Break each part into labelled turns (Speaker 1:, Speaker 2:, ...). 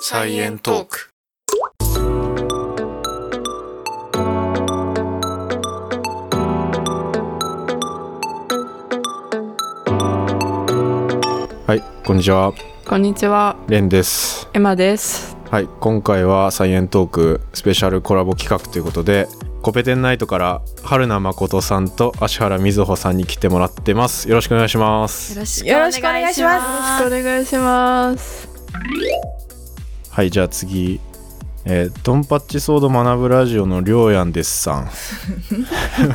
Speaker 1: サイエントーク。
Speaker 2: はい、こんにちは、
Speaker 1: こんにちは、
Speaker 2: レンです。
Speaker 1: エマです。
Speaker 2: はい、今回はサイエントークスペシャルコラボ企画ということで、コペテンナイトから春名誠さんと芦原瑞穂さんに来てもらってます。よろしくお願いします。
Speaker 3: ろし
Speaker 1: よろしくお願いします。お願いします。
Speaker 2: はい、じゃあ次、えードンパッチソード学ぶラジオのりょうやんですさ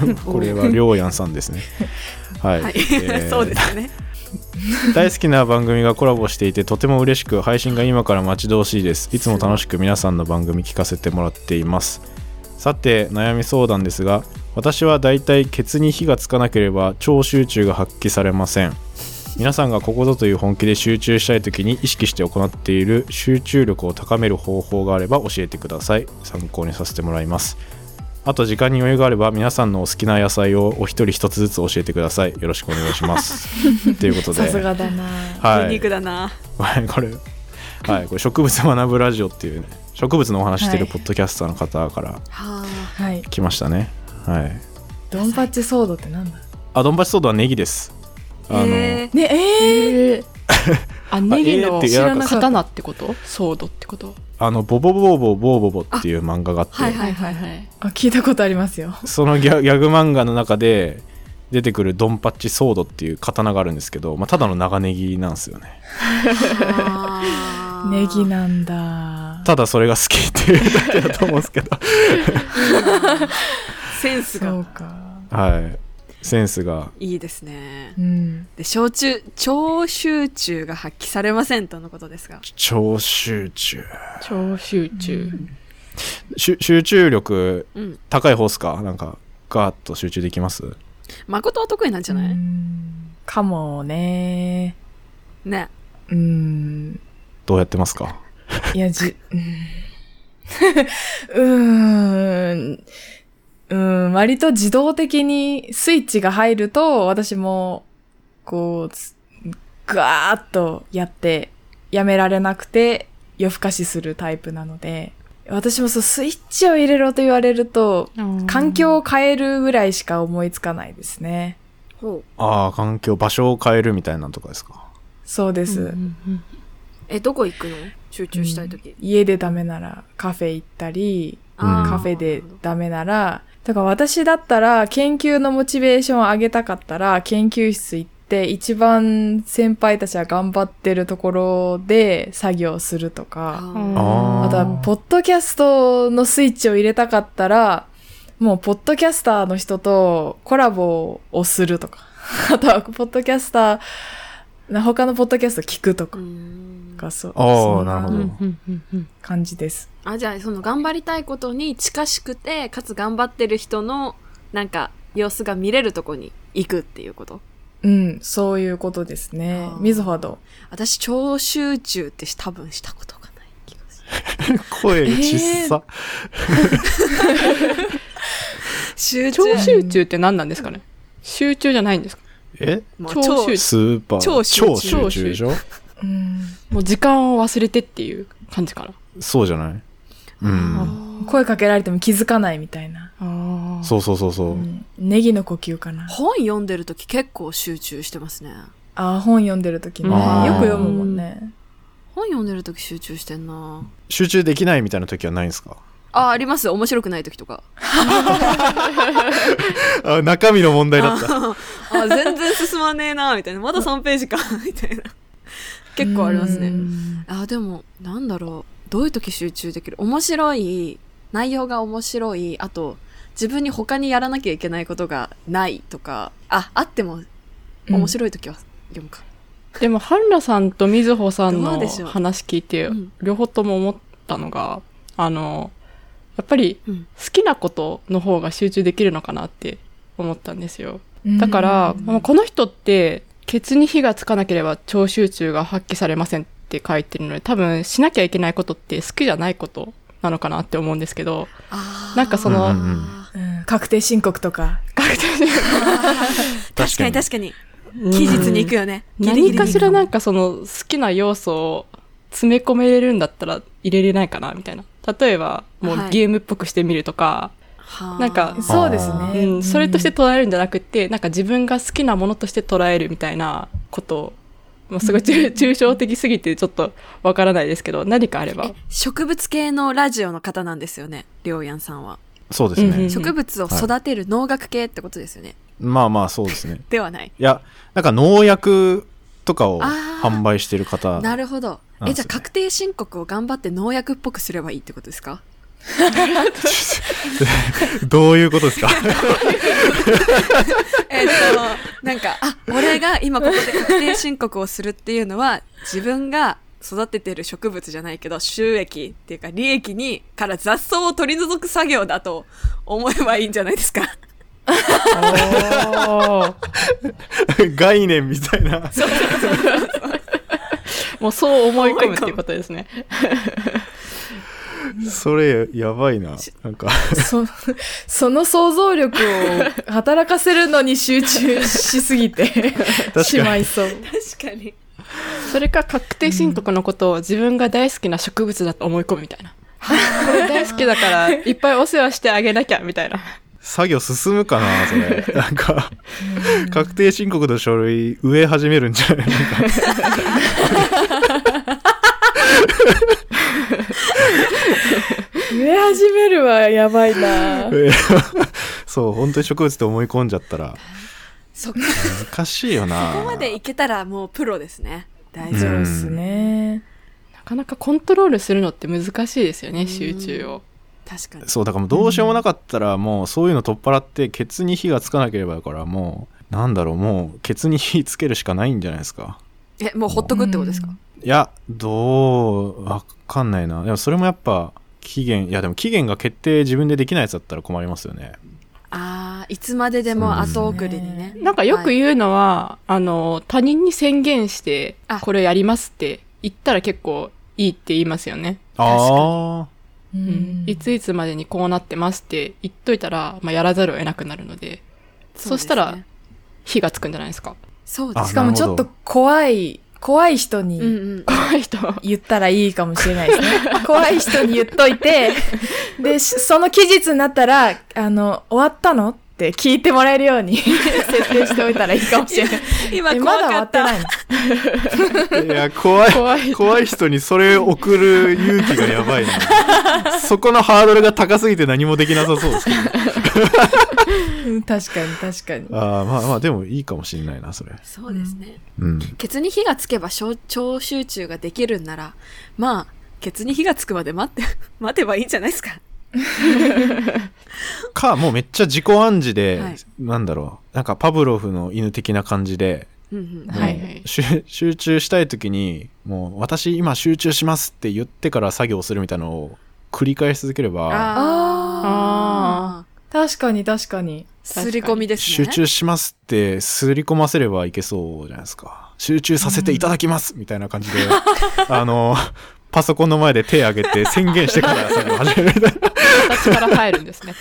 Speaker 2: ん。これはりょうやんさんですね。はい、えー
Speaker 1: そうですね。
Speaker 2: 大好きな番組がコラボしていてとても嬉しく配信が今から待ち遠しいですいつも楽しく皆さんの番組聞かせてもらっていますさて悩み相談ですが私はだいたいケツに火がつかなければ超集中が発揮されません皆さんがここぞという本気で集中したい時に意識して行っている集中力を高める方法があれば教えてください参考にさせてもらいますあと時間に余裕があれば皆さんのお好きな野菜をお一人一つずつ教えてくださいよろしくお願いします ということで
Speaker 3: さすがだな。
Speaker 2: は
Speaker 1: 筋
Speaker 2: い、
Speaker 1: 肉だな。
Speaker 2: これこれはいこれ植物学ぶラジオっていうね植物のお話してる
Speaker 3: はい
Speaker 2: ポッドキャスターの方から
Speaker 1: はあ。
Speaker 3: はい。
Speaker 2: 来ましたねはい、
Speaker 3: ドンパッチソードってなんだ。
Speaker 2: あドンバチソードはネギですあの
Speaker 1: え
Speaker 3: ねえー。
Speaker 4: あ、ネギの
Speaker 2: えーって柔らか
Speaker 3: そう
Speaker 4: 刀ってことソードってこと
Speaker 2: あのボボボボボボボっていう漫画があって
Speaker 1: はいはい
Speaker 4: はいはい。
Speaker 3: あ聞いたことありますよ。
Speaker 2: そのギャギャグ漫画の中で出てくるドンパッチソードっていう刀があるんですけど、まあ、ただの長ネギなんですよね
Speaker 1: ー
Speaker 3: ネギなんだ。
Speaker 2: ただそれが好きっていうだけだと思うんですけ ど
Speaker 1: センス
Speaker 3: そ
Speaker 1: が
Speaker 3: うか。
Speaker 2: はいセンスが
Speaker 1: いいですね
Speaker 3: う。ん。
Speaker 1: で、小中、超集中が発揮されませんとのことですが。
Speaker 2: 超集中
Speaker 4: 超集中。
Speaker 2: 集集中力
Speaker 1: うん。
Speaker 2: 高い方っすかなんかガーッと集中できます
Speaker 1: 誠は得意なんじゃない、
Speaker 3: うんかもね。
Speaker 1: ね。
Speaker 3: うん。
Speaker 2: どうやってますか
Speaker 3: いやじ。うん うーん。うん。割と自動的にスイッチが入ると私もこうつガーッとやってやめられなくて夜更かしするタイプなので私もそうスイッチを入れろと言われると環境を変えるぐらいしか思いつかないですね。
Speaker 1: ほう。
Speaker 2: ああ環境場所を変えるみたいなのとかですか
Speaker 3: そうです。
Speaker 4: うんうん
Speaker 1: え、どこ行くの集中したいとき。
Speaker 3: 家でダメならカフェ行ったり、
Speaker 1: あー
Speaker 3: カフェでダメなら、だから私だったら研究のモチベーションを上げたかったら研究室行って一番先輩たちが頑張ってるところで作業するとか、
Speaker 4: うん
Speaker 2: あ
Speaker 1: あ
Speaker 2: ー
Speaker 3: あとはポッドキャストのスイッチを入れたかったら、もうポッドキャスターの人とコラボをするとか、 あとはポッドキャスター、他のポッドキャスト聞くと
Speaker 1: ーう
Speaker 3: か、
Speaker 1: ん
Speaker 3: かそう
Speaker 2: あー
Speaker 3: そん
Speaker 2: なるほ
Speaker 4: う
Speaker 2: ど
Speaker 4: んうんうんうん
Speaker 3: 感じです。
Speaker 1: あじゃあその頑張りたいことに近しくてかつ頑張ってる人のなんか様子が見れるとこに行くっていうこと
Speaker 3: うん、そういうことですね
Speaker 1: あ。ー
Speaker 3: みずほはど
Speaker 1: 私超集中ってし多分したことがない気がする
Speaker 2: 声ちっさ、
Speaker 1: 集中
Speaker 4: 超集中って何なんですかね集中じゃないんですか
Speaker 2: え
Speaker 1: もう
Speaker 4: 超
Speaker 1: 超
Speaker 4: 集中
Speaker 2: スーパー
Speaker 1: 超集中
Speaker 2: 超集中でしょ
Speaker 3: ううん、
Speaker 4: もう時間を忘れてっていう感じかな。
Speaker 2: そうじゃないうん
Speaker 3: 声かけられても気づかないみたいな。
Speaker 4: ああ。
Speaker 2: そうそうそうそう、
Speaker 3: うん、ネギの呼吸かな。
Speaker 1: 本読んでる時結構集中してますね
Speaker 3: あー本読んでる時ね。よ
Speaker 2: あー
Speaker 3: く読むもんね。
Speaker 1: 本読んでる時集中してんな
Speaker 2: 集中できないみたいな時はないんですか
Speaker 1: ああります面白くない時と か
Speaker 2: あ中身の問題だった
Speaker 1: あー全然進まねえなみたいなまだ3ページかみたいな結構ありますね
Speaker 3: うん
Speaker 1: あでもなんだろうどういう時集中できる面白い内容が面白いあと自分に他にやらなきゃいけないことがないとかああっても面白い時は読むか、
Speaker 4: でも、春菜さんと瑞穂さん
Speaker 1: どう
Speaker 4: の
Speaker 1: でしょう
Speaker 4: 話聞いて
Speaker 1: うん、
Speaker 4: 両方とも思ったのが、あの、やっぱり
Speaker 1: うん
Speaker 4: 好きなことの方が集中できるのかなって思ったんですよ。
Speaker 3: うん
Speaker 4: だから、
Speaker 3: うん
Speaker 4: もうこの人って、ケツに火がつかなければ超集中が発揮されませんって書いてるので、多分しなきゃいけないことって好きじゃないことなのかなって思うんですけど、
Speaker 1: あー
Speaker 4: なんかその
Speaker 2: うんうんうん
Speaker 3: うん確定申告とか。
Speaker 1: 確かに確かに
Speaker 4: うん
Speaker 1: 期日に行くよね、ギリギリ
Speaker 4: 何かしらなんかその好きな要素を詰め込めれるんだったら入れれないかなみたいな例えばもう
Speaker 1: はい
Speaker 4: ゲームっぽくしてみるとか、
Speaker 1: はあ
Speaker 4: なんか
Speaker 3: そうです
Speaker 2: あ
Speaker 3: ね。
Speaker 4: うんそれとして
Speaker 3: うん、
Speaker 4: 捉えるんじゃなくてなんか自分が好きなものとして捉えるみたいなことを、まあ、すごい抽抽象的すぎてちょっとわからないですけど何かあれば
Speaker 1: え植物系のラジオの方なんですよねりょうやんさんは
Speaker 2: そうですね、
Speaker 4: うんうん
Speaker 1: 植物を育てる農学系ってことですよね、
Speaker 2: まあまあそうですね
Speaker 1: ではない
Speaker 2: いやなんか農薬とかを
Speaker 1: あー
Speaker 2: 販売してる方
Speaker 1: なるほど
Speaker 2: なん
Speaker 1: え
Speaker 2: です
Speaker 1: じゃ
Speaker 2: よね
Speaker 1: あ確定申告を頑張って農薬っぽくすればいいってことですか
Speaker 2: どういうこと ですか
Speaker 1: えっと、なんか、あ、俺が今ここで確定申告をするっていうのは、自分が育ててる植物じゃないけど、収益っていうか利益に、から雑草を取り除く作業だと思えばいいんじゃないですか。
Speaker 3: おー
Speaker 2: 概念みたいな
Speaker 4: もうそう思い込むっていうことですね。
Speaker 2: それやばいななんか
Speaker 3: そその想像力を働かせるのに集中しすぎて
Speaker 2: に
Speaker 3: しまいそう。
Speaker 1: 確かに。
Speaker 4: それか確定申告のことを自分が大好きな植物だと思い込むみたいな。これ大好きだからいっぱいお世話してあげなきゃみたいな。
Speaker 2: 作業進むかなそ れなんか確定申告の書類植え始めるんじゃないなんか
Speaker 3: 植え始めるはやばいな。
Speaker 2: え そう本当に植物って思い込んじゃったら
Speaker 1: そこ
Speaker 2: 難しいよな
Speaker 1: こまでいけたらもうプロですね。大丈
Speaker 3: そ
Speaker 1: 夫。
Speaker 3: うですね。
Speaker 4: なかなかコントロールするのって難しいですよね、集中を。
Speaker 1: 確かに。
Speaker 2: そうだからもうどうしようもなかったらもうそういうの取っ払ってケツに火がつかなければだからもうなんだろうもうケツに火つけるしかないんじゃないですか
Speaker 1: え、もうほっとくってことですか、
Speaker 2: いやどうわかんないなでもそれもやっぱ期限いやでも期限が決定自分でできないやつだったら困りますよね
Speaker 1: ああ、いつまででも後送りに
Speaker 3: そうで
Speaker 1: ね
Speaker 3: す。
Speaker 4: なんかよく言うのは、あの、他人に宣言して
Speaker 1: あ、
Speaker 4: これやりますって言ったら結構いいって言いますよね。
Speaker 2: ああ
Speaker 3: う
Speaker 4: うんいついつまでにこうなってますって言っといたら、まあ、やらざるを得なくなるので、そうしたら火がつくんじゃないですか。
Speaker 1: そうで
Speaker 2: あ
Speaker 1: す
Speaker 3: し
Speaker 1: ね。
Speaker 3: かもちょっと怖い、怖い人
Speaker 1: そうですね
Speaker 3: に
Speaker 1: うんうん。
Speaker 4: 怖い人は
Speaker 3: 言ったらいいかもしれないですね。 怖い人に言っといて、 で、しその期日になったら、あの、終わったのって聞いてもらえるように 設定しておいたらいいかもし れない。
Speaker 1: 今
Speaker 3: えま
Speaker 1: 怖
Speaker 3: だ終
Speaker 1: か
Speaker 3: わ
Speaker 1: っ
Speaker 3: ったて。ないの
Speaker 2: いや怖い
Speaker 4: 怖い人
Speaker 2: 怖い人にそれ送る勇気がやばいなそこのハードルが高すぎて何もできなさそうですけど
Speaker 3: うん確かに確かに。
Speaker 2: ああまあまあでもいいかもしれないなそれ
Speaker 1: そうですね。
Speaker 2: うん
Speaker 1: ケツに火がつけば小超集中ができるんなら、まあ、ケツに火がつくまで待って、 待てばいいんじゃないですか。
Speaker 2: かもうめっちゃ自己暗示で、
Speaker 1: はい
Speaker 2: なんだろうなんかパブロフの犬的な感じで
Speaker 1: うんうん。
Speaker 2: もう
Speaker 4: はいはい
Speaker 2: 集集中したい時にもう私今集中しますって言ってから作業するみたいなのを繰り返し続ければ
Speaker 1: あ
Speaker 4: あ
Speaker 1: ー。
Speaker 3: 確かに確かに。
Speaker 1: すり込みですね。
Speaker 2: 集中しますってすり込ませればいけそうじゃないですか集中させていただきます、みたいな感じであのパソコンの前で手挙げて宣言してから作業始めるみたい
Speaker 4: 形から入るんですね。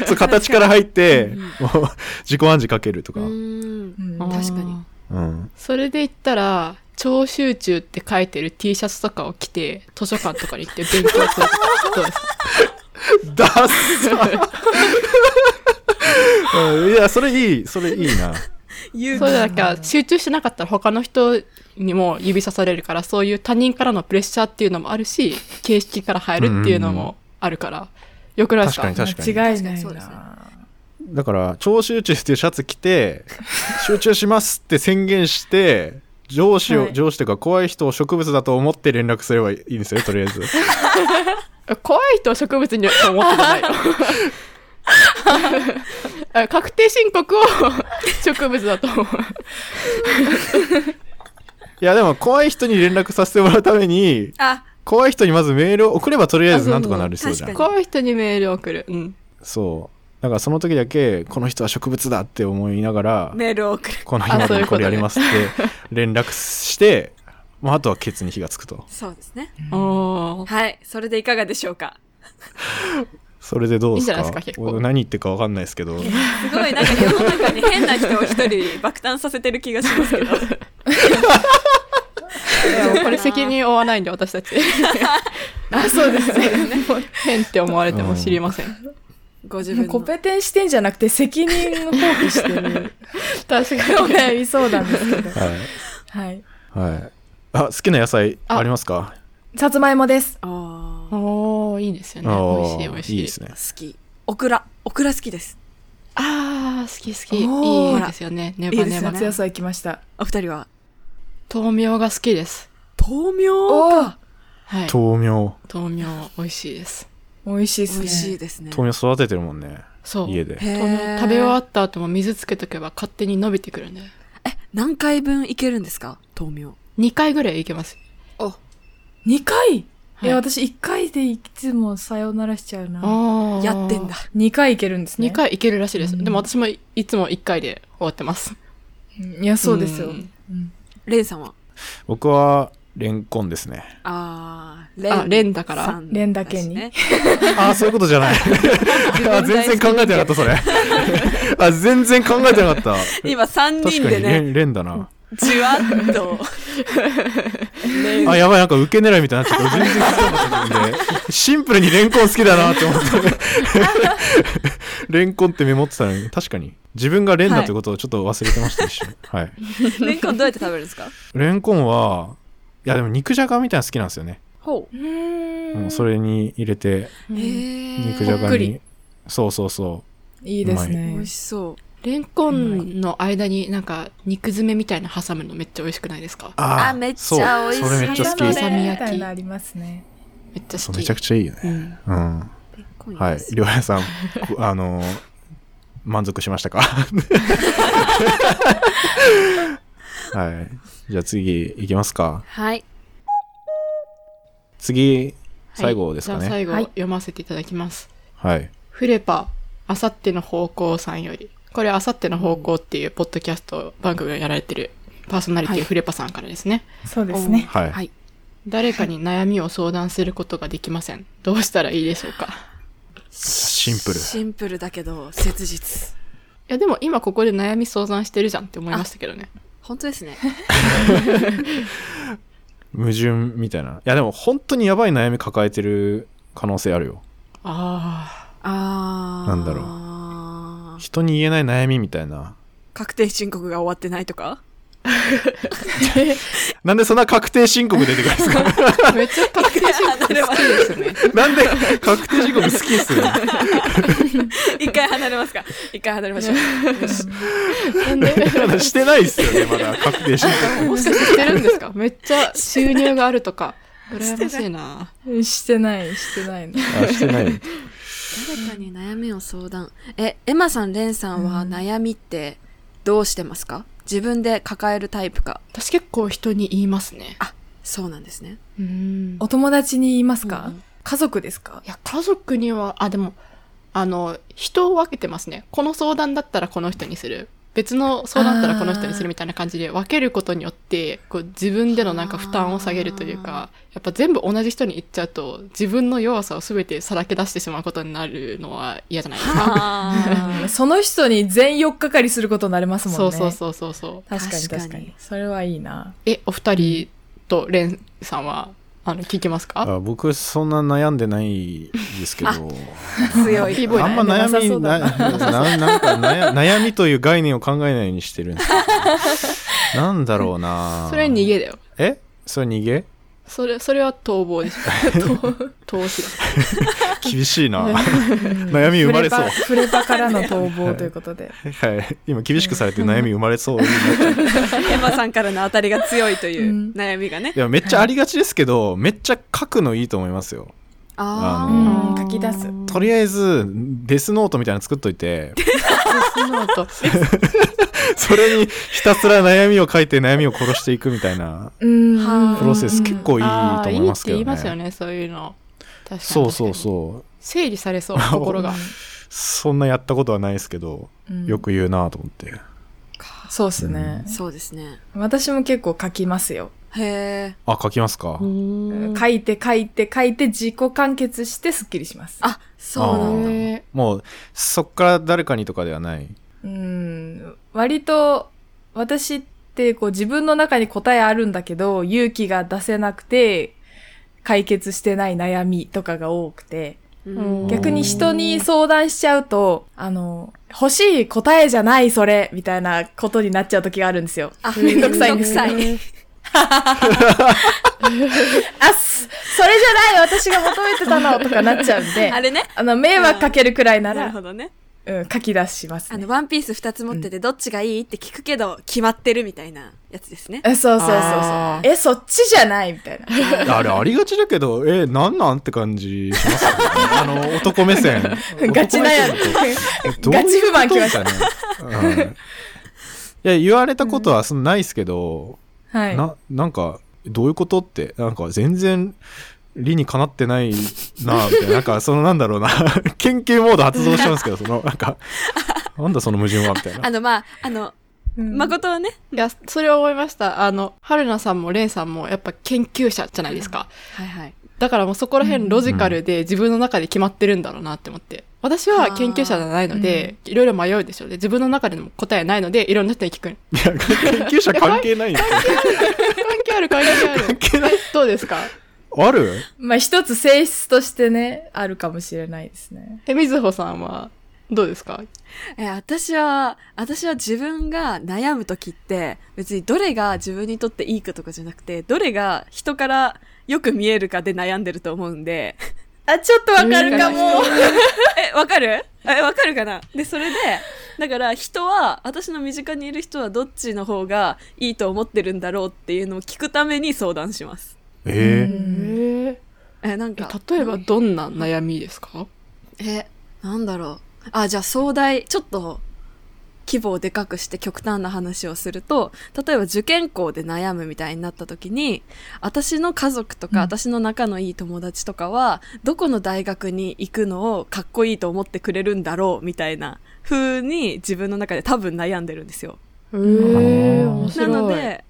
Speaker 2: なそう形から入ってもう自己暗示かけるとか、
Speaker 1: う
Speaker 2: うん
Speaker 1: ーん。
Speaker 3: うん
Speaker 1: 確かに。
Speaker 4: それで言ったら、超集中って書いてる T シャツとかを着て、図書館とかに行って勉強する。どうですか
Speaker 2: ダッサうんいやそれいいそれいいな
Speaker 1: 勇
Speaker 4: それ
Speaker 1: 気。
Speaker 4: だけ集中してなかったら他の人にも指さされるから、そういう他人からのプレッシャーっていうのもあるし、形式から入るっていうのもあるから、よくないですか
Speaker 2: 確かに確かに
Speaker 3: 間違いない
Speaker 1: 確かにそうですね
Speaker 3: な。
Speaker 2: だから超集中っていうシャツ着 て集中しますって宣言して上司を、
Speaker 3: はい
Speaker 2: 上司というか怖い人を植物だと思って連絡すればいいんですよねとりあえず
Speaker 4: 怖い人を植物にと思ってないよ。 あ確定申告を 植物だと思う。
Speaker 2: いやでも怖い人に連絡させてもらうために
Speaker 1: あ、
Speaker 2: 怖い人にまずメールを送ればとりあえずなんとかなり
Speaker 1: あそ
Speaker 2: そうう
Speaker 1: そう
Speaker 2: じゃん
Speaker 1: 確か
Speaker 4: 怖い人にメールを送る。うん。
Speaker 2: そうだからその時だけこの人は植物だって思いながら、
Speaker 1: メールを送る。
Speaker 2: この日ま
Speaker 4: あそうい
Speaker 2: でに
Speaker 4: うこ
Speaker 2: ことれ
Speaker 4: ね
Speaker 2: やりますって連絡してまあ、あとはケツに火がつくと
Speaker 1: そうですね。
Speaker 4: おー
Speaker 1: はい。それでいかがでしょうか。
Speaker 2: それでどうですか
Speaker 4: いいんじゃないですか結構
Speaker 2: 俺何言ってるか分かんないで すけど
Speaker 1: すごい、なんか世の中に変な人を一 人爆誕させてる気がしますけど。
Speaker 4: いやもうこれ責任に追わないんで、私たち。
Speaker 3: あ、そうですね。
Speaker 4: 変って思われても知りません。
Speaker 1: ご自
Speaker 3: も
Speaker 1: 分
Speaker 3: う
Speaker 1: の
Speaker 3: コペテン視点じゃなくて責任を放棄して る
Speaker 4: 確
Speaker 3: お悩み相談ですけど。
Speaker 2: はい
Speaker 3: はい。
Speaker 2: はいあ好きな野菜
Speaker 4: あ
Speaker 2: ありますか
Speaker 3: さつまいもです。
Speaker 1: あー
Speaker 4: おー、いいですよね。
Speaker 2: あー
Speaker 4: 美味しい、美味しい。
Speaker 2: いいですね
Speaker 1: 好きオクラオクラ好きです
Speaker 4: あー、好き好き。
Speaker 3: おー
Speaker 4: いいですよね。ネ
Speaker 1: い
Speaker 4: バ
Speaker 1: いで
Speaker 4: ネ
Speaker 1: すよ
Speaker 4: バ
Speaker 1: ね。
Speaker 3: 夏野菜来ました。
Speaker 1: お二人は
Speaker 4: 豆苗が好きです。
Speaker 1: 豆苗
Speaker 3: おー
Speaker 4: はい。
Speaker 2: 豆苗
Speaker 4: 豆苗、美味しいです。
Speaker 3: 美味しいで
Speaker 1: 美
Speaker 3: すね。
Speaker 1: 味しいですね
Speaker 2: 豆苗育ててるもんね
Speaker 4: そう。
Speaker 2: 家で
Speaker 1: へー
Speaker 4: 豆苗食べ終わった後も水つけとけば勝手に伸びてくるんで。
Speaker 1: 何回分いけるんですか豆苗
Speaker 4: 2回ぐらいいけます。
Speaker 3: 2回
Speaker 4: はい
Speaker 3: え、私1回でいつもさよならしちゃうな。
Speaker 4: あー
Speaker 1: やってんだ。
Speaker 3: 2回いけるんですね。
Speaker 4: 2回いけるらしいです。
Speaker 3: うん
Speaker 4: でも私もいいつも1回で終わってます。
Speaker 3: うんいや、そうですよ。
Speaker 4: う
Speaker 3: うんん
Speaker 1: レンさんは
Speaker 2: 僕はレンコンですね
Speaker 1: あー
Speaker 4: あレンだから
Speaker 1: さん
Speaker 3: レンだけに
Speaker 1: しね
Speaker 2: あーそういうことじゃ ないあ全然考えてなかったそれあ全然考え てなかった
Speaker 1: 今3
Speaker 2: 確
Speaker 1: 人
Speaker 2: か
Speaker 1: で
Speaker 2: にレ
Speaker 1: ね
Speaker 2: ンレンだな
Speaker 1: じわっとレン
Speaker 2: あやばいなんか受け狙いみたいになっちゃった全 然好きなこと自分でシンプルにレンコン好きだなって思って レンコンってメモってたのに確かに自分がレンだってことをちょっと忘れてました 一瞬はい
Speaker 1: レンコンどうやって食べるんですか
Speaker 2: レンコンはいやでも肉じゃがみたいなの好きなんですよね、
Speaker 1: ほう
Speaker 2: うん、それに入れて
Speaker 4: うん
Speaker 2: 肉
Speaker 1: 肉
Speaker 2: じゃが
Speaker 3: ほっく
Speaker 2: に
Speaker 3: り
Speaker 2: そうそうそ
Speaker 3: いいです
Speaker 1: 美
Speaker 3: ね
Speaker 1: 味。しそう
Speaker 4: レンコンの間になんか肉詰めみたいなの挟むのめっちゃ美味しくないですか
Speaker 2: うあー
Speaker 1: あめっちゃ
Speaker 2: そう
Speaker 1: 美味しい
Speaker 2: それめっちゃ好き
Speaker 4: あ
Speaker 3: み
Speaker 4: れだね
Speaker 3: たいなありますね。
Speaker 4: めっちゃ
Speaker 2: そ
Speaker 4: 好
Speaker 2: う
Speaker 4: き。
Speaker 2: めちゃくちゃいいよね
Speaker 4: うん、
Speaker 2: うん
Speaker 1: レンコン
Speaker 2: はい
Speaker 1: です、
Speaker 2: りょうやさん、こあのー満足しました かはい。じゃあ次いきますか。
Speaker 1: はい
Speaker 2: 次、最後ですか
Speaker 4: じゃあ
Speaker 2: ね。
Speaker 4: 最後
Speaker 3: はい
Speaker 4: 読ませていただきます。
Speaker 2: はい。
Speaker 4: フレパ、あさっての方向さんより。これ、あさっての方向っていうポッドキャスト番組をやられてるパーソナリテ
Speaker 1: はい
Speaker 4: ィフレパさんからですね。
Speaker 3: そうですね。
Speaker 2: は。
Speaker 1: はいい
Speaker 4: 誰かに悩みを相談することができません。どうしたらいいでしょうか。
Speaker 2: シンプル。
Speaker 1: シンプルだけど切実
Speaker 4: いや、でも今ここで悩み相談してるじゃんって思いましたけどね。
Speaker 1: 本当ですね
Speaker 2: 矛盾みたいな。いや、でも本当にやばい悩み抱えてる可能性あるよ。
Speaker 4: あ
Speaker 1: あー
Speaker 2: なんだろ
Speaker 1: う
Speaker 2: 人に言えない悩みみたいな。
Speaker 1: 確定申告が終わってないとか
Speaker 2: なんでそんな確定申告出てくるんですか
Speaker 4: あ。めっちゃ確定申告好きですね。
Speaker 2: なんで確定申告好きっすよね。
Speaker 1: 一回離れますか一回離れましょう
Speaker 4: なんで
Speaker 2: まだしてないっすよね、まだ確定申告。
Speaker 4: もしかしてしてるんです かめっちゃ収入があるとか。羨ま しいな。
Speaker 3: してない、してないの。
Speaker 2: あ、してない。
Speaker 1: 誰かに悩みを相談えエマさんレンさんは
Speaker 3: うん
Speaker 1: 悩みってどうしてますか自分で抱えるタイプか
Speaker 4: 私結構人に言いますね。
Speaker 1: そうなんですね
Speaker 4: うん。
Speaker 3: お友達に言います
Speaker 4: う
Speaker 3: か
Speaker 4: ん
Speaker 3: 家族ですか
Speaker 4: いや、家族には、あ、でも、あの、人を分けてますね。この相談だったらこの人にする。別の相談だったらこの人にするみたいな感じで分けることによって、こう自分でのなんか負担を下げるというか、やっぱ全部同じ人に言っちゃうと、自分の弱さを全てさらけ出してしまうことになるのは嫌じゃないですか。
Speaker 1: あ
Speaker 3: その人に全4日かりすることになりますもんね。
Speaker 4: そうそうそうそうそう。
Speaker 3: 確かに
Speaker 1: 確かに
Speaker 3: 確かに。それはいいな。
Speaker 4: え、お二人とレンさんは、あの、聞きますか
Speaker 2: あ僕、そんな悩んでないですけど。
Speaker 1: ー強い
Speaker 4: キーボーイ
Speaker 2: あんま
Speaker 3: なさ
Speaker 2: 悩
Speaker 3: そ
Speaker 2: み
Speaker 3: う
Speaker 2: な
Speaker 3: だ
Speaker 2: ななんか悩悩みという概念を考えないようにしてるんですけどなんだろうな
Speaker 4: それ逃げだよ。
Speaker 2: えそれ逃げ
Speaker 4: それ、それは逃亡です。 逃投資だ。
Speaker 2: 厳しいな悩み生まれそう
Speaker 3: フレパフレパからの逃亡ということで。
Speaker 2: はい今厳しくされて悩み生まれそうになっちゃう
Speaker 1: エマさんからの当たりが強いといううん悩みがね
Speaker 2: いやめっちゃありがちですけどめっちゃ書くのいいと思いますよ
Speaker 1: あ
Speaker 2: あ
Speaker 1: ー
Speaker 3: のうん書き出す
Speaker 2: とりあえずデスノートみたいなの作っといて
Speaker 4: その後、
Speaker 2: それにひたすら悩みを書いて悩みを殺していくみたいな
Speaker 3: うん
Speaker 1: はあ
Speaker 2: プロセス結構いい
Speaker 4: あ
Speaker 2: と思いますけど
Speaker 4: あーいいって言いますよ
Speaker 2: ね
Speaker 4: ね、そういうの。確かに
Speaker 2: そうそう
Speaker 4: う。
Speaker 2: そう
Speaker 4: 整理されそう、心 が。
Speaker 2: そんなやったことはないですけど
Speaker 3: うん
Speaker 2: よく言うなと思って、
Speaker 3: そうっすね。
Speaker 1: そうですね
Speaker 3: 私も結構書きますよ。
Speaker 1: へえ
Speaker 2: あ書きますか、
Speaker 3: 書いて書いて書いて自己完結してスッキリします。
Speaker 1: あそうなんだ
Speaker 2: あー
Speaker 4: へ
Speaker 2: もうそっから誰かにとかではない
Speaker 3: うん。割と私ってって、こう自分の中に答えあるんだけど、勇気が出せなくて、解決してない悩みとかが多くて、
Speaker 1: うん
Speaker 3: 逆に人に相談しちゃうと、あの、欲しい答えじゃないそれ、みたいなことになっちゃう時があるんですよ。
Speaker 1: あ、
Speaker 3: めんどくさいん
Speaker 1: めんどく
Speaker 3: ですけど
Speaker 1: さい。
Speaker 3: あ、すそれじゃない私が求めてたのとかなっちゃうんで、
Speaker 1: あれね。
Speaker 3: あの、迷惑かけるくらいな
Speaker 1: なる
Speaker 3: ら
Speaker 1: ほ、どね。
Speaker 3: うん、書き出します、
Speaker 1: あ
Speaker 3: ね
Speaker 1: の、。ワンピース二つ持っててどっちがいいって聞くけど、決まってるみたいなやつですね。
Speaker 3: えそうそうそうそう
Speaker 4: あ。ー
Speaker 3: え、そっちじゃないみたいな。
Speaker 2: あれありがちだけど えなんなんって感じしますよねあの男目線
Speaker 3: ガチなや
Speaker 2: 男目線だと
Speaker 3: ガチ不満
Speaker 2: どうい
Speaker 3: き
Speaker 2: う
Speaker 3: ま
Speaker 2: こ
Speaker 3: し
Speaker 2: とみたいなうんいや言われたことはそんなないですけど、
Speaker 3: た。はい。
Speaker 2: ななんかどういうことってなんか全然理にかなってないなみたいななんかそのなんだろうな 研究モード発動しちゃうんですけどそのなんかなんだその矛盾はみたいな
Speaker 1: あの、まあ、あの、
Speaker 3: うん
Speaker 1: 誠はね、
Speaker 4: いや、それは思いました。あの、春菜さんもレンさんもやっぱ研究者じゃないですか。
Speaker 1: はいはい。
Speaker 4: だからもうそこら辺ロジカルで自分の中で決まってるんだろうなって思って。私は研究者じゃないので、いろいろ迷うでしょうね。自分の中でも答えないので、いろんな人に 聞く。
Speaker 2: いや研究者関係ないんですよ
Speaker 4: 関係ある、関係ある。
Speaker 2: 関係ない
Speaker 4: えどうですか
Speaker 2: ある
Speaker 3: まあ一つ性質としてね、あるかもしれないですね。
Speaker 4: え、みずほさんは、どうですか
Speaker 1: え、私は、私は自分が悩むときって、別にどれが自分にとっていいかとかじゃなくて、どれが人からよく見えるかで悩んでると思うんで、
Speaker 3: あ、ちょっとわかるかも。
Speaker 1: え、わかるえ、わかるかなで、それで、だから人は、私の身近にいる人はどっちの方がいいと思ってるんだろうっていうのを聞くために相談します。
Speaker 2: えー
Speaker 4: え
Speaker 3: うん
Speaker 1: え、なんか。
Speaker 4: 例えばどんな悩みですか
Speaker 1: え、なんだろう。あ、じゃあ壮大、ちょっと規模をでかくして極端な話をすると、例えば受験校で悩むみたいになった時に、私の家族と
Speaker 3: うん
Speaker 1: か私の仲のいい友達とかは、どこの大学に行くのをかっこいいと思ってくれるんだろうみたいな風に自分の中で多分悩んでるんですよ。
Speaker 4: え
Speaker 3: ー面
Speaker 1: なの、で、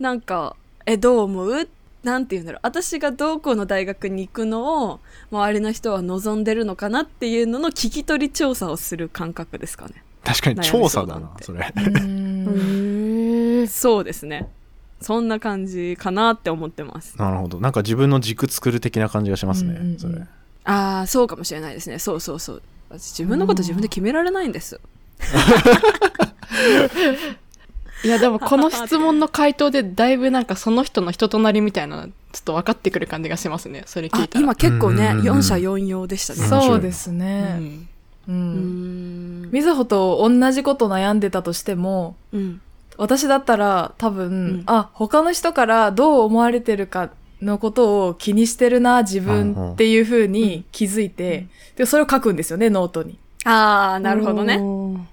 Speaker 1: なんか、え、どう思うなんて言うんだろう。私がどこの大学に行くのを、周りの人は望んでるのかなっていうのの聞き取り調査をする感覚ですかね。
Speaker 2: 確かに調査だ
Speaker 1: 悩み相談
Speaker 2: な
Speaker 1: っ
Speaker 2: そ
Speaker 1: て
Speaker 2: れ
Speaker 1: そうですね。そんな感じかなって思ってます。
Speaker 2: なるほどなんか自分の軸作る的な感じがしますね、
Speaker 3: うんうんうん
Speaker 2: それ
Speaker 1: ああ、そうかもしれないですね。そうそうそう。私自分のこと自分で決められないんです。
Speaker 4: いやでもこの質問の回答でだいぶなんかその人の人となりみたいなのちょっと分かってくる感じがしますねそれ聞
Speaker 1: あ
Speaker 4: い、たら
Speaker 1: 今結構
Speaker 2: うんう
Speaker 1: ね
Speaker 2: んう、ん
Speaker 1: 四者四様でしたね。
Speaker 3: そうです
Speaker 4: う
Speaker 3: ね。
Speaker 4: ん
Speaker 1: う
Speaker 3: う。
Speaker 1: んん。
Speaker 3: みずほと同じこと悩んでたとしても、
Speaker 1: うん。
Speaker 3: 私だったら多分、
Speaker 1: ん
Speaker 3: あ、他の人からどう思われてるかのことを気にしてるな、自分っていう風に気づいて、で、それを書くんですよね、ノートに。
Speaker 1: ああ、なるほどね。
Speaker 3: うん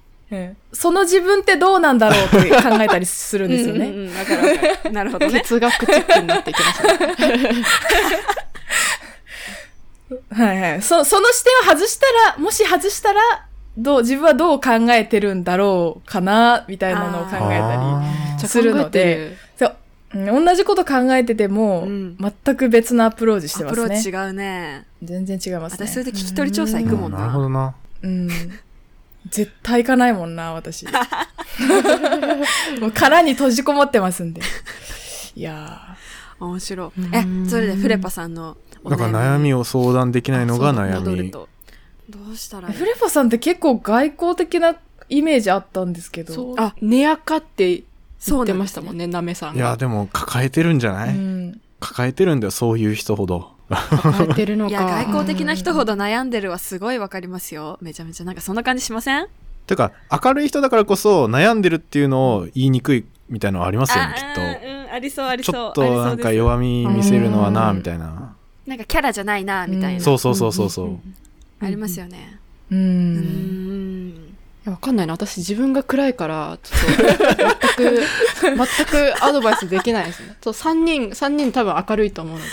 Speaker 3: その自分ってどうなんだろうって考えたりするんですよ
Speaker 1: うんう
Speaker 3: ね。
Speaker 1: んうん。わかるわか る。なるほどね。
Speaker 4: 哲学チックになってきましたね
Speaker 3: はいはい。そその視点を外したら、もし外したら、どう、自分はどう考えてるんだろうかな、みたいなのを考えた
Speaker 2: あ
Speaker 4: じゃあ
Speaker 3: するのでり。うん同じこと考えてても、
Speaker 1: うん
Speaker 3: 全く別のアプローチして
Speaker 1: ア
Speaker 3: ま
Speaker 1: プロ
Speaker 3: す
Speaker 1: ー
Speaker 3: ね。
Speaker 1: チ違うね。
Speaker 3: 全然違いますね。
Speaker 1: 私それで聞き取り調査行くもん
Speaker 2: ー
Speaker 1: な。
Speaker 2: なるほどな
Speaker 3: うん。絶対行かないもん な、私。もう殻に閉じこもってますんで。いや
Speaker 1: 面白い。
Speaker 4: うーん
Speaker 1: え、それでフレパさんのお
Speaker 2: だから悩みを相談できないのが悩
Speaker 1: 戻る
Speaker 2: み
Speaker 1: とどうしたら
Speaker 3: ー。
Speaker 1: いい
Speaker 3: フレパさんって結構外交的なイメージあったんですけど。
Speaker 4: そう
Speaker 1: あ
Speaker 4: 寝やかって言ってましたも
Speaker 1: そ
Speaker 4: んねなめさん
Speaker 2: いや
Speaker 4: が
Speaker 2: でも抱えてるんじゃ
Speaker 3: う
Speaker 2: ない、
Speaker 3: ん。
Speaker 2: 抱えてるんだよそういう人ほど
Speaker 4: 抱えてるの
Speaker 1: い
Speaker 4: か
Speaker 1: や、外交的な人ほど悩んでるはすごいわかりますよ。めちゃめちゃ。なんかそんな感じしません
Speaker 2: てか明るい人だからこそ悩んでるっていうのを言いにくいみたいなのありますよねきっ
Speaker 1: うん、ありそうあり
Speaker 2: とちょっとなんか弱み見せるのはなみたいな
Speaker 1: なんかキャラじゃないな、みたい
Speaker 3: うん
Speaker 1: な。
Speaker 2: そうそうそうそうそう、
Speaker 1: ありますよね。
Speaker 3: う。
Speaker 1: うんん。
Speaker 4: いやわかんないな私自分が暗いからちょっと全く全くアドバイスできないですねちょっと3人三人多分明るいと思うので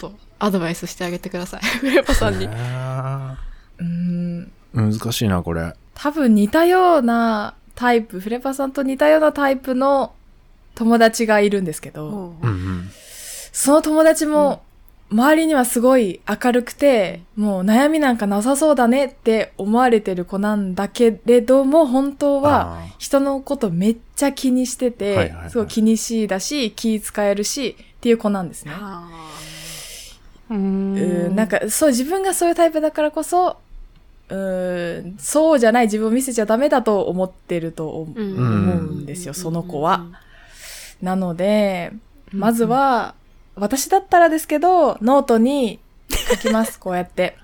Speaker 4: ちょっとアドバイスしてあげてくださいフレパさんに
Speaker 2: あ
Speaker 3: うん。
Speaker 2: ー難しいなこれ
Speaker 3: 多分似たようなタイプ、フレパさんと似たようなタイプの友達がいるんですけど、
Speaker 1: お
Speaker 2: う
Speaker 1: う
Speaker 2: んうん
Speaker 3: その友達も周りにはすごい明るくて、もう悩みなんかなさそうだねって思われてる子なんだけれども、本当は
Speaker 2: あ
Speaker 3: 人のことめっちゃ気にしてて、
Speaker 2: はいはいはい
Speaker 3: すごい気にしいだし、気使えるしっていう子なんですね。
Speaker 1: あ
Speaker 4: う
Speaker 3: うんんなんかそう自分がそういうタイプだからこそうんそうじゃない自分を見せちゃダメだと思ってると思
Speaker 4: うん
Speaker 2: うん
Speaker 3: うんですよその子は。なのでまずは、私だったらですけどノートに書き ますこうやって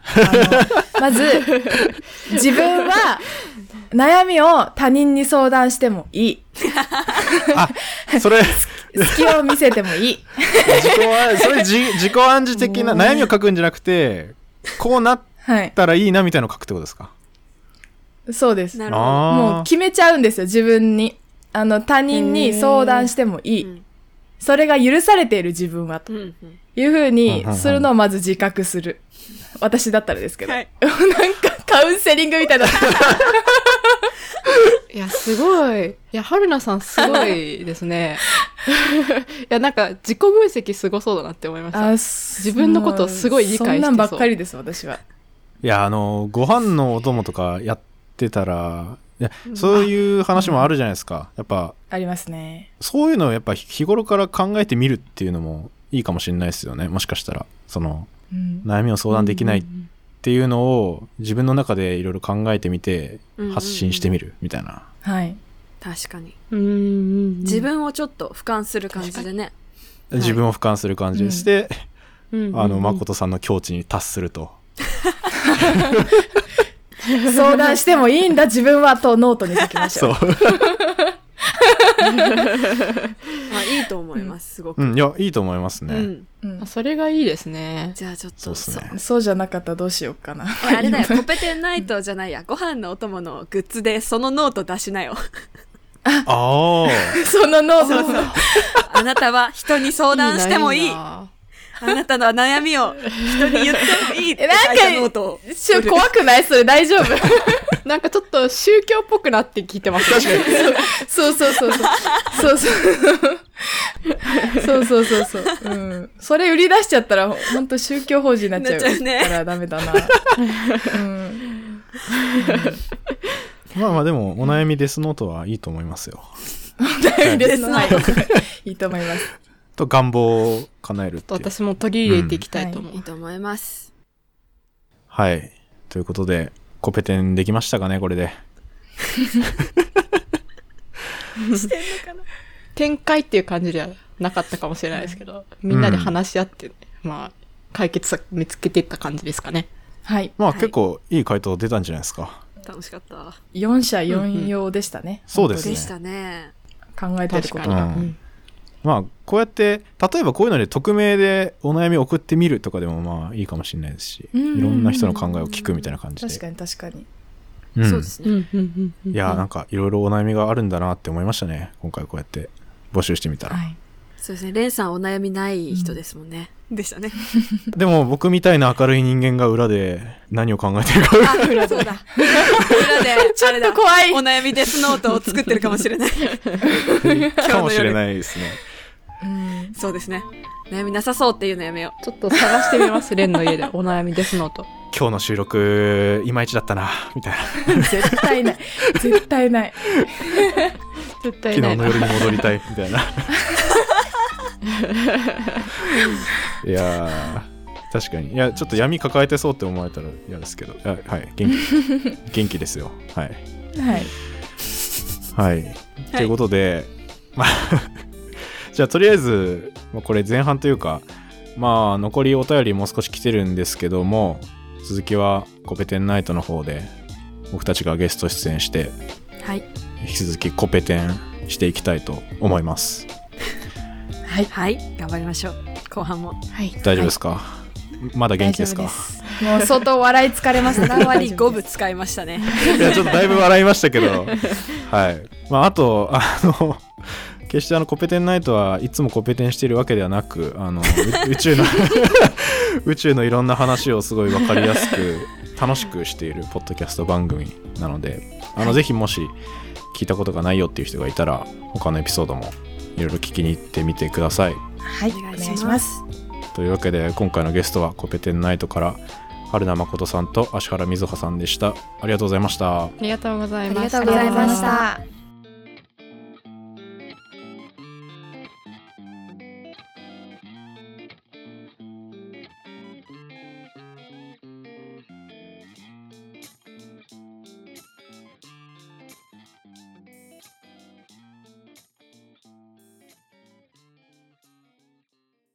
Speaker 3: あのまず自分は悩みを他人に相談してもいい
Speaker 2: あそれ
Speaker 3: 隙を見せてもいい
Speaker 2: 自己暗そ れじ自己暗示的な悩みを書くんじゃなくてこうなっ
Speaker 3: はい
Speaker 2: たらいいなみたいなのを書くってことですか
Speaker 3: そうです
Speaker 1: ーなるほど。
Speaker 2: あ
Speaker 3: もう決めちゃうんですよ、自分に。あの、他人に相談してもいい。
Speaker 4: うん
Speaker 3: それが許されている自分は、と
Speaker 4: うん
Speaker 3: いうふうに
Speaker 2: うんうんうん
Speaker 3: するのをまず自覚する。私だったらですけど。
Speaker 1: はい
Speaker 3: なんかカウンセリングみ たいな。
Speaker 4: いや、すごい。いや、春菜さんすごいですね。いや、なんか自己分析すごそうだなって思いました。
Speaker 3: 自
Speaker 4: 分のことをすごい理解してそう
Speaker 3: そんなんばっかりです、私は。
Speaker 2: いやあのご飯のお供とかやってたらいやそういう話もあるじゃないですかやっぱ
Speaker 3: ありますね。
Speaker 2: そういうのをやっぱ日頃から考えてみるっていうのもいいかもしれないですよねもしかしたらその
Speaker 3: うん
Speaker 2: 悩みを相談できないっ
Speaker 4: うん
Speaker 2: ていうのを自分の中でいろいろ考えてみて
Speaker 1: うんうんうん
Speaker 2: 発信してみるみたいな、
Speaker 3: はい。
Speaker 1: 確かに。
Speaker 4: うんうん。
Speaker 1: 自分をちょっと俯瞰する感じでね。い
Speaker 2: 自分を俯瞰する感じで
Speaker 3: うん
Speaker 2: して、
Speaker 4: うん、
Speaker 2: あの誠さんの境地に達すると、
Speaker 3: 相談してもいいんだ、自分は、とノートに書きまし
Speaker 2: そ
Speaker 3: ょう。
Speaker 2: う、
Speaker 1: まあいいと思います、すご
Speaker 2: う
Speaker 1: く。
Speaker 2: ん、いやいいと思いますね、
Speaker 1: うん。
Speaker 3: うん
Speaker 4: あそれがいいですね。
Speaker 1: じゃあちょっ
Speaker 2: そう
Speaker 1: と、
Speaker 2: ですね
Speaker 3: そうじゃなかったらどうしようかな。
Speaker 1: そうえあれだよ、コペテンナイトじゃないや、ご飯のお供のグッズでそのノート出しなよ。
Speaker 2: ああ
Speaker 3: そのノートを
Speaker 1: あなたは人に相談してもいい。
Speaker 4: な
Speaker 1: あなたの悩みを人に言ってもいいって
Speaker 3: えなんか
Speaker 1: 書いたノートを。
Speaker 3: ちょ 怖くないそれ大丈夫
Speaker 4: いいななんかちょっと宗教っぽくなって聞いてます、ね。確かに。
Speaker 3: そうそうそうそう。そうそう。そうそうそうそう。うん。それ売り出しちゃったら、ほほんと宗教法人になっちゃ
Speaker 1: なっちゃう
Speaker 3: う
Speaker 1: ね
Speaker 3: からダメだな。うん。
Speaker 2: まあまあでもお悩みデスノートはいいと思いますよ
Speaker 3: ですす
Speaker 1: な
Speaker 3: はい。いいと思います。
Speaker 2: と願望を叶えるっていう
Speaker 4: 私も取り入れていきたいと思う。
Speaker 1: いいと思います。
Speaker 2: はいということでコペテンできましたかねこれで
Speaker 1: してんのかな
Speaker 4: 展開っていう感じではなかったかもしれないですけど、みんなで話し合って、ねまあ、解決策見つけていった感じですかね。
Speaker 3: はい。
Speaker 2: まあ
Speaker 1: はい
Speaker 2: 結構いい回答出たんじゃないですか、
Speaker 1: 楽しかった。
Speaker 3: 4社4用でしたね。
Speaker 2: そうですね
Speaker 1: でしたね。
Speaker 3: 考えてる
Speaker 4: 確
Speaker 3: こ
Speaker 4: か
Speaker 3: と
Speaker 4: に。
Speaker 2: う
Speaker 3: が。
Speaker 2: んまあこうやって例えばこういうので匿名でお悩み送ってみるとかでもまあいいかもしれないですし
Speaker 3: うんうんうん
Speaker 2: いろんな人の考えを聞くみたいな感じで
Speaker 3: 確かに確かに。
Speaker 2: うん
Speaker 1: そうです
Speaker 4: う
Speaker 1: ね。
Speaker 4: んうんうん
Speaker 2: いやーなんかいろいろお悩みがあるんだなって思いましたね今回こうやって募集してみたら、
Speaker 3: はい。
Speaker 1: そうですね。レンさんお悩みない人ですもんね。でしたね。
Speaker 2: でも僕みたいな明るい人間が裏で何を考えてるか
Speaker 1: あ、そうだ。裏で、ちょっ
Speaker 3: ちょっと怖い
Speaker 1: お。悩みデスノートを作ってるかもしれない。
Speaker 2: かもしれないですね
Speaker 3: うん
Speaker 1: そうですね。悩みなさそうっていうのやめよ
Speaker 4: ちょっと探してみます、レンの家で。お悩みですのと。
Speaker 2: 今日の収録いまいちだったなみたいな
Speaker 3: 絶対ない。絶対ない。
Speaker 4: 絶対
Speaker 2: 昨
Speaker 4: な
Speaker 2: 日
Speaker 4: い
Speaker 2: の
Speaker 4: な。
Speaker 2: 夜に戻りたい みたいないやー確かにいやちょっと闇抱えてそうって思われたら嫌ですけどあはい元 気元気ですよはい
Speaker 3: はい。
Speaker 2: はい、ということでまあ じゃあとりあえず、まあ、これ前半というかまあ残りお便りもう少し来てるんですけども続きはコペテンナイトの方で僕たちがゲスト出演して
Speaker 1: う。はい。
Speaker 2: 引き続きコペテンしていきたいと思います
Speaker 3: はい。
Speaker 1: はい。頑張りましょう。後半も。
Speaker 4: はい。
Speaker 2: 大丈夫ですか、まだ元
Speaker 3: 大
Speaker 2: 気
Speaker 3: 丈
Speaker 2: です
Speaker 3: 夫
Speaker 2: か
Speaker 3: です。もう相当笑い疲れま した。
Speaker 1: 7割5分使いましたね。
Speaker 2: いやちょっとだいぶ笑いましたけどはいまああとあの 決してあのコペテンナイトはいつもコペテンしているわけではなくあのう宇宙の 宇宙のいろんな話をすごい分かりやすく楽しくしているポッドキャスト番組なのであのぜひもし聞いたことがないよっていう人がいたら他のエピソードもいろいろ聞きに行ってみてください
Speaker 3: はい。お願いします。。
Speaker 2: というわけで今回のゲストはコペテンナイトから春名誠さんと芦原瑞穂さんでしたありがとうございました
Speaker 4: ありがとうござい
Speaker 1: ま
Speaker 4: ま
Speaker 1: し
Speaker 4: したた。
Speaker 1: ありがとうございました